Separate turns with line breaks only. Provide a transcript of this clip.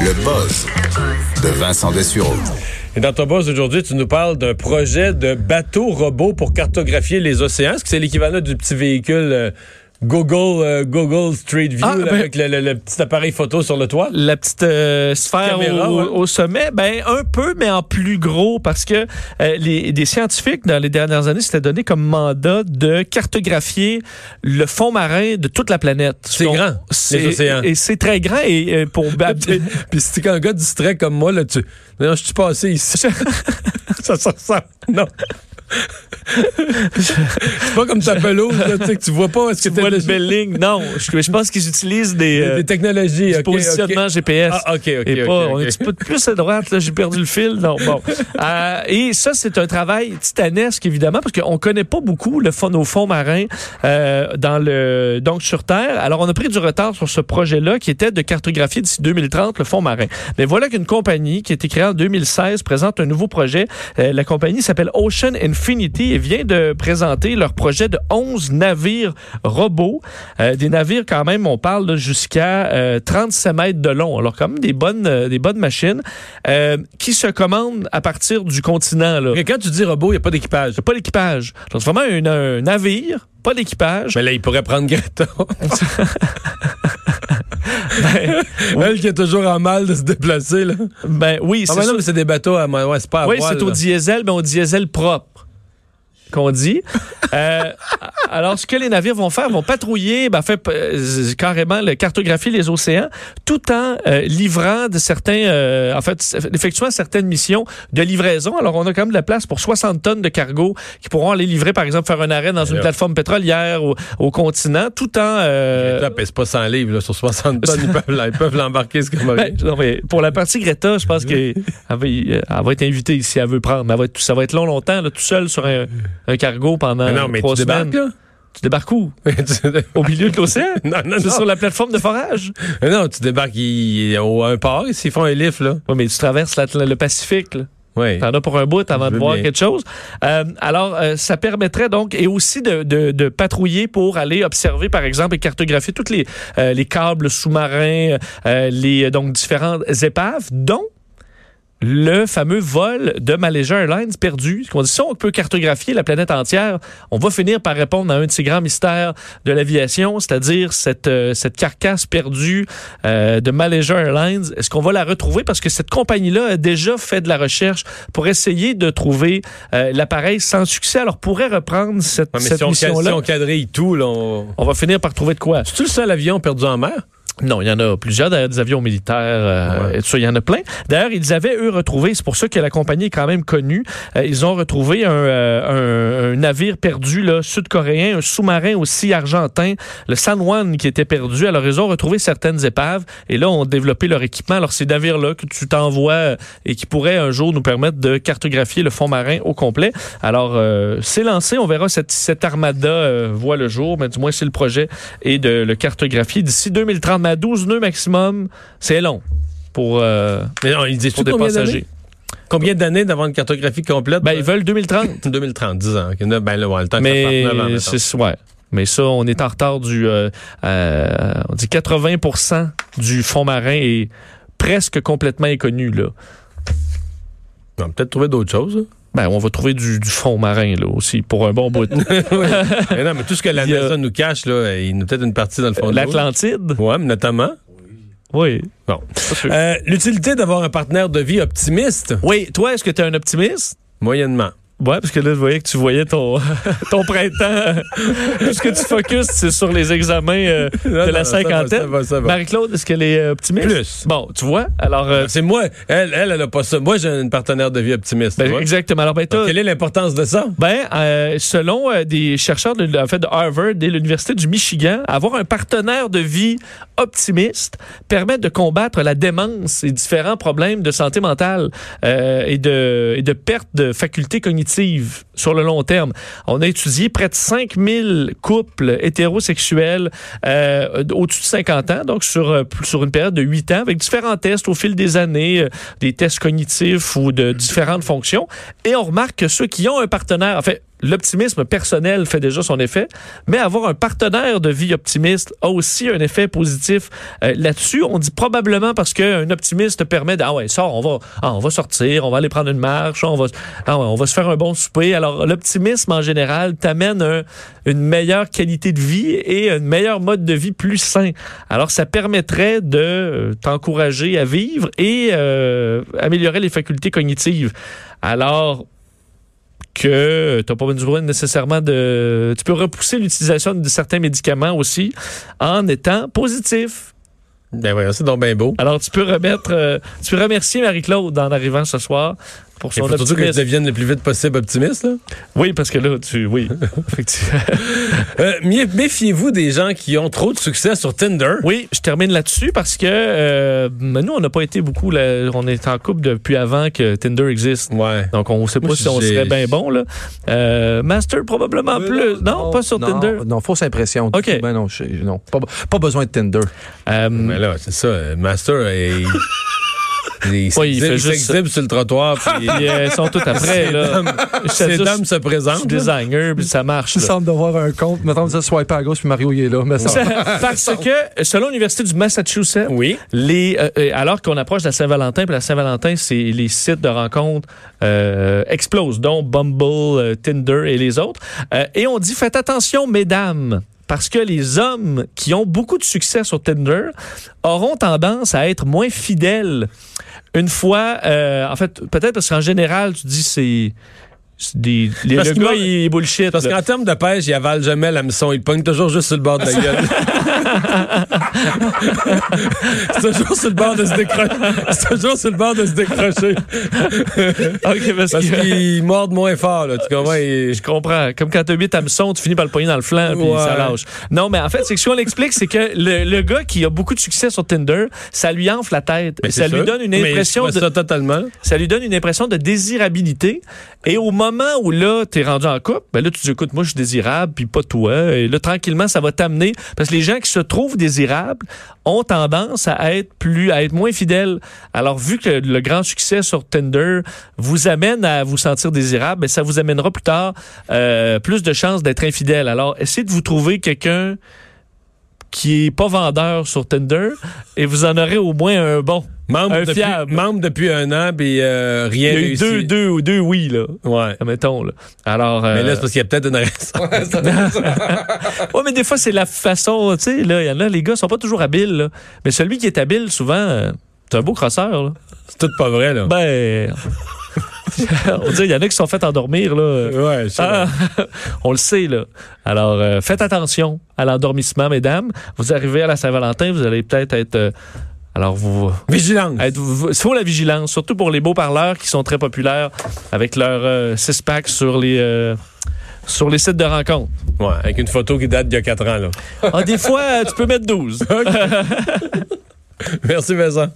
Le buzz de Vincent Dessureau.
Et dans ton buzz aujourd'hui, tu nous parles d'un projet de bateau-robot pour cartographier les océans. Est-ce que c'est l'équivalent du petit véhicule euh, Google, euh, Google Street View
Ah,
là,
ben-
avec le, le- le petit appareil photo sur le toit?
la petite euh, sphère
Caméra,
au,
ouais.
au sommet, ben un peu, mais en plus gros, parce que euh, les, des scientifiques dans les dernières années s'étaient donné comme mandat de cartographier le fond marin de toute la planète.
C'est
Donc,
grand,
c'est-
les océans.
Et c'est très grand et euh, pour ba-
Puis si t'es un gars distrait comme moi, là, tu. Non, je suis passé ici. ça se ressemble. Non. c'est pas comme ta pelouse, là, tu sais, que tu vois pas ce
tu
que
vois
t'as
le
le-
belle ligne. Non, je, je pense qu'ils utilisent des, euh,
Des technologies,
du
ok, ok.
positionnement GPS.
Ah, ok, ok.
et
ok,
pas,
ok.
on est un petit peu plus à droite, là, j'ai perdu le fil. Non, bon. Euh, et ça, c'est un travail titanesque, évidemment, parce qu'on connaît pas beaucoup le fond, nos fonds marins euh, dans le, donc sur Terre. Alors, on a pris du retard sur ce projet-là, qui était de cartographier d'ici 2030 le fond marin. Mais voilà qu'une compagnie qui a été créée en 2016 présente un nouveau projet. Euh, la compagnie s'appelle Ocean Infinity et vient de présenter leur projet de 11 navires robots. Euh, des navires, quand même, on parle là, jusqu'à euh, 37 mètres de long. Alors, quand même, des bonnes, euh, des bonnes machines euh, qui se commandent à partir du continent. Là.
Mais quand tu dis robot, il n'y a pas d'équipage.
Pas l'équipage. Donc, c'est vraiment un, un navire, pas d'équipage.
Mais là, il pourrait prendre Greta.
Ben,
Elle qui est toujours en mal de se déplacer, là.
ben oui,
Ah,
c'est
mais
ça.
non, mais c'est des bateaux à moi. Ouais, c'est pas à
Oui,
voile,
c'est au
là.
diesel, mais au diesel propre qu'on dit. Euh, alors, ce que les navires vont faire, vont patrouiller, ben, fait, euh, carrément le, cartographier les océans, tout en euh, livrant de certains, euh, en fait, effectuant certaines missions de livraison. Alors, on a quand même de la place pour 60 tonnes de cargo qui pourront aller livrer, par exemple, faire un arrêt dans une
Ben là.
plateforme pétrolière au, au continent, tout en... euh,
Greta pèse pas 100 livres, là, sur 60 tonnes. Ils peuvent, la- ils peuvent l'embarquer, c'est comme rien.
Ben, non, mais pour la partie Greta, je pense qu'elle va, elle va être invitée si elle veut prendre. Mais elle va être- ça va être long, longtemps, là, tout seul sur un, un cargo pendant
Mais non, mais
trois
tu
semaines.
débarques, là.
Tu débarques où?
Tu-
Au milieu de l'océan?
Non, non,
C'est
non.
sur la plateforme de forage?
Mais non, tu débarques il- au- à un port, ils s'y font un lift, là.
Oui, mais tu traverses l'Atl- le Pacifique. là.
Oui.
T'en as pour un bout
Je
avant de
veux
voir
bien.
quelque chose. Euh, alors, euh, ça permettrait donc, et aussi de, de- de patrouiller pour aller observer, par exemple, et cartographier tous les, euh, les câbles sous-marins, euh, les donc différentes épaves, dont le fameux vol de Malaysia Airlines perdu. Ce qu'on dit, si on peut cartographier la planète entière, on va finir par répondre à un de ces grands mystères de l'aviation, c'est-à-dire cette, euh, cette carcasse perdue euh, de Malaysia Airlines. Est-ce qu'on va la retrouver? Parce que cette compagnie-là a déjà fait de la recherche pour essayer de trouver euh, l'appareil sans succès. Alors, pourrait reprendre cette,
Ouais, mais
cette
si on, ca- si
mission-là.
on quadrille tout, là, on...
On va finir par trouver de quoi.
C'est-tu le seul avion perdu en mer?
Non, il y en a plusieurs, d'ailleurs, des avions militaires, euh,
Ouais.
et tout ça, il y en a plein. D'ailleurs, ils avaient, eux, retrouvé, c'est pour ça que la compagnie est quand même connue, euh, ils ont retrouvé un, euh, un- un navire perdu là, sud-coréen, un sous-marin aussi argentin, le San Juan qui était perdu. Alors, ils ont retrouvé certaines épaves et là, ont développé leur équipement. Alors, ces navires-là que tu t'envoies euh, et qui pourraient un jour nous permettre de cartographier le fond marin au complet. Alors, euh, c'est lancé, on verra cette, cette armada euh, voit le jour, mais du moins, c'est le projet et de le cartographier d'ici 2030. Mais à 12 nœuds maximum, c'est long pour, euh,
Mais non, ils disent tout
pour des
combien
passagers.
d'années? Combien d'années d'avant une cartographie complète?
Ben, ils veulent 2030.
2030, 10 ans. Ok, là, Ben là, ouais, le temps que ça
mais
parte, neuf ans, mettons.
c'est ouais. Mais ça, on est en retard du euh, euh, on dit 80 du fond marin est presque complètement inconnu là.
On va peut-être trouver d'autres choses. hein.
Ben, on va trouver du, du fond marin là aussi pour un bon bout. de-
mais non, mais tout ce que la
Il y a-
NASA nous cache, là, il y en a peut-être une partie dans le fond de l'eau.
L'Atlantide.
Ouais, mais notamment.
Oui.
Bon. Euh, L'utilité d'avoir un partenaire de vie optimiste,
Oui, toi, est-ce que tu es un optimiste?
moyennement.
Ouais, parce que là, je voyais que tu voyais ton, ton printemps. Tout ce que tu focuses, c'est sur les examens euh,
Non,
de
non,
la
ça va,
cinquantaine.
ça va, ça va.
Marie-Claude, est-ce qu'elle est euh, optimiste?
Ben, Plus.
Bon, tu vois, alors... euh,
C'est moi, elle, elle, elle a pas ça. Moi, j'ai une partenaire de vie optimiste. tu
ben,
vois.
exactement. Alors, ben, t'as-
Donc, quelle est l'importance de ça?
Ben, euh, selon euh, des chercheurs de, en fait, de Harvard et l'Université du Michigan, avoir un partenaire de vie optimiste permet de combattre la démence et différents problèmes de santé mentale euh, et, de, et de perte de facultés cognitives sur le long terme. On a étudié près de 5000 couples hétérosexuels euh, au-dessus de 50 ans, donc sur, euh, sur une période de 8 ans, avec différents tests au fil des années, euh, des tests cognitifs ou de différentes fonctions. Et on remarque que ceux qui ont un partenaire, en fait, l'optimisme personnel fait déjà son effet, mais avoir un partenaire de vie optimiste a aussi un effet positif euh, là-dessus. On dit probablement parce qu'un optimiste permet de, ah ouais, sort, on va, ah, on va sortir, on va aller prendre une marche, on va, ah ouais, on va se faire un bon souper. Alors, l'optimisme en général t'amène un- une meilleure qualité de vie et un meilleur mode de vie plus sain. Alors, ça permettrait de euh, t'encourager à vivre et euh, améliorer les facultés cognitives. Alors, que tu n'as pas besoin nécessairement de... Tu peux repousser l'utilisation de certains médicaments aussi en étant positif.
Ben voyons, c'est donc bien beau.
Alors, tu peux remettre... euh, tu peux remercier Marie-Claude en arrivant ce soir pour
Il
son
faut surtout que je
optimisme.
devienne le plus vite possible optimiste. là.
Oui, parce que là, tu... Oui, effectivement.
Euh, mé- Méfiez-vous des gens qui ont trop de succès sur Tinder.
Oui, je termine là-dessus parce que euh, mais nous, on n'a pas été beaucoup... là, on est en couple depuis avant que Tinder existe.
Ouais.
Donc, on ne sait pas
Moi,
si on
j'ai-
serait bien bon. Là. Euh, master, probablement plus. Non, pas sur
non,
Tinder.
Non, fausse impression.
OK.
Ben non, je- non. Pas, pas besoin de Tinder.
Euh,
Mais là, c'est ça. euh, Master est. Il
Oui, il fait
s'exhibe
juste-
s'exhibe sur le trottoir. puis
Puis, euh, ils sont tous après. là. Je te
Ces
dis,
dames se
je suis
présentent. là.
designer, puis ça marche.
Tu
là.
sembles devoir un compte. Mettons, ça swipe à gauche, puis Mario, il est là. Mais ça,
Parce que, selon l'Université du Massachusetts,
Oui.
les, euh, euh, alors qu'on approche de la Saint-Valentin, puis la Saint-Valentin, c'est les sites de rencontres euh, explosent, dont Bumble, euh, Tinder et les autres. Euh, et on dit faites attention, mesdames, parce que les hommes qui ont beaucoup de succès sur Tinder auront tendance à être moins fidèles une fois. euh, en fait, peut-être parce qu'en général, tu dis c'est c'est des les,
Parce
le
qu'il
gars,
m'a-
il est bullshit.
Parce
là.
qu'en termes de pêche, il avale jamais l'hameçon. Il pogne toujours juste sur le bord de la gueule. c'est toujours sur le bord de se décrocher. C'est toujours sur le bord de se décrocher.
Ok, parce
Parce
que-
qu'il morde moins fort, là. Tu comprends? Il-
Je comprends. Comme quand t'as huit hameçons, tu finis par le poigner dans le flanc, puis
Ouais.
ça lâche. Non, mais en fait, c'est que ce qu'on l'explique, c'est que le, le gars qui a beaucoup de succès sur Tinder, ça lui enfle la tête.
Mais
ça
Ben, c'est
lui
sûr.
donne une
Mais
impression
je
de,
vois ça totalement.
ça lui donne une impression de désirabilité. Et au moment où là, t'es rendu en couple, ben là, tu dis, écoute, moi, je suis désirable, puis pas toi. Et là, tranquillement, ça va t'amener. Parce que les gens qui se trouvent désirables ont tendance à être plus, à être moins fidèles. Alors, vu que le grand succès sur Tinder vous amène à vous sentir désirable, ben, ça vous amènera plus tard euh, plus de chances d'être infidèle. Alors, essayez de vous trouver quelqu'un qui est pas vendeur sur Tinder et vous en aurez au moins un bon.
Membre,
Un
depuis,
fiable.
membre depuis un an, puis euh, rien
Il y a eu
réussi.
deux, deux ou deux oui, là.
Ouais.
Mettons, là. Alors.
Mais
euh,
là, c'est parce qu'il y a peut-être une raison.
ouais, mais des fois, c'est la façon, tu sais, là, il y en a, les gars sont pas toujours habiles, là. Mais celui qui est habile, souvent, euh, c'est un beau crosseur, là.
C'est tout pas vrai, là.
Ben. on dit, il y en a qui se sont fait endormir, là.
ouais, je sais.
Ah, on le sait, là. Alors, euh, faites attention à l'endormissement, mesdames. Vous arrivez à la Saint-Valentin, vous allez peut-être être. euh, alors, vous.
Vigilance.
Être- vous- faut la vigilance, surtout pour les beaux parleurs qui sont très populaires avec leur euh, six-pack sur les euh, sur les sites de rencontre.
Ouais, avec une photo qui date d'il y a quatre ans, là.
Ah, des fois, euh, tu peux mettre 12.
Merci, Vincent.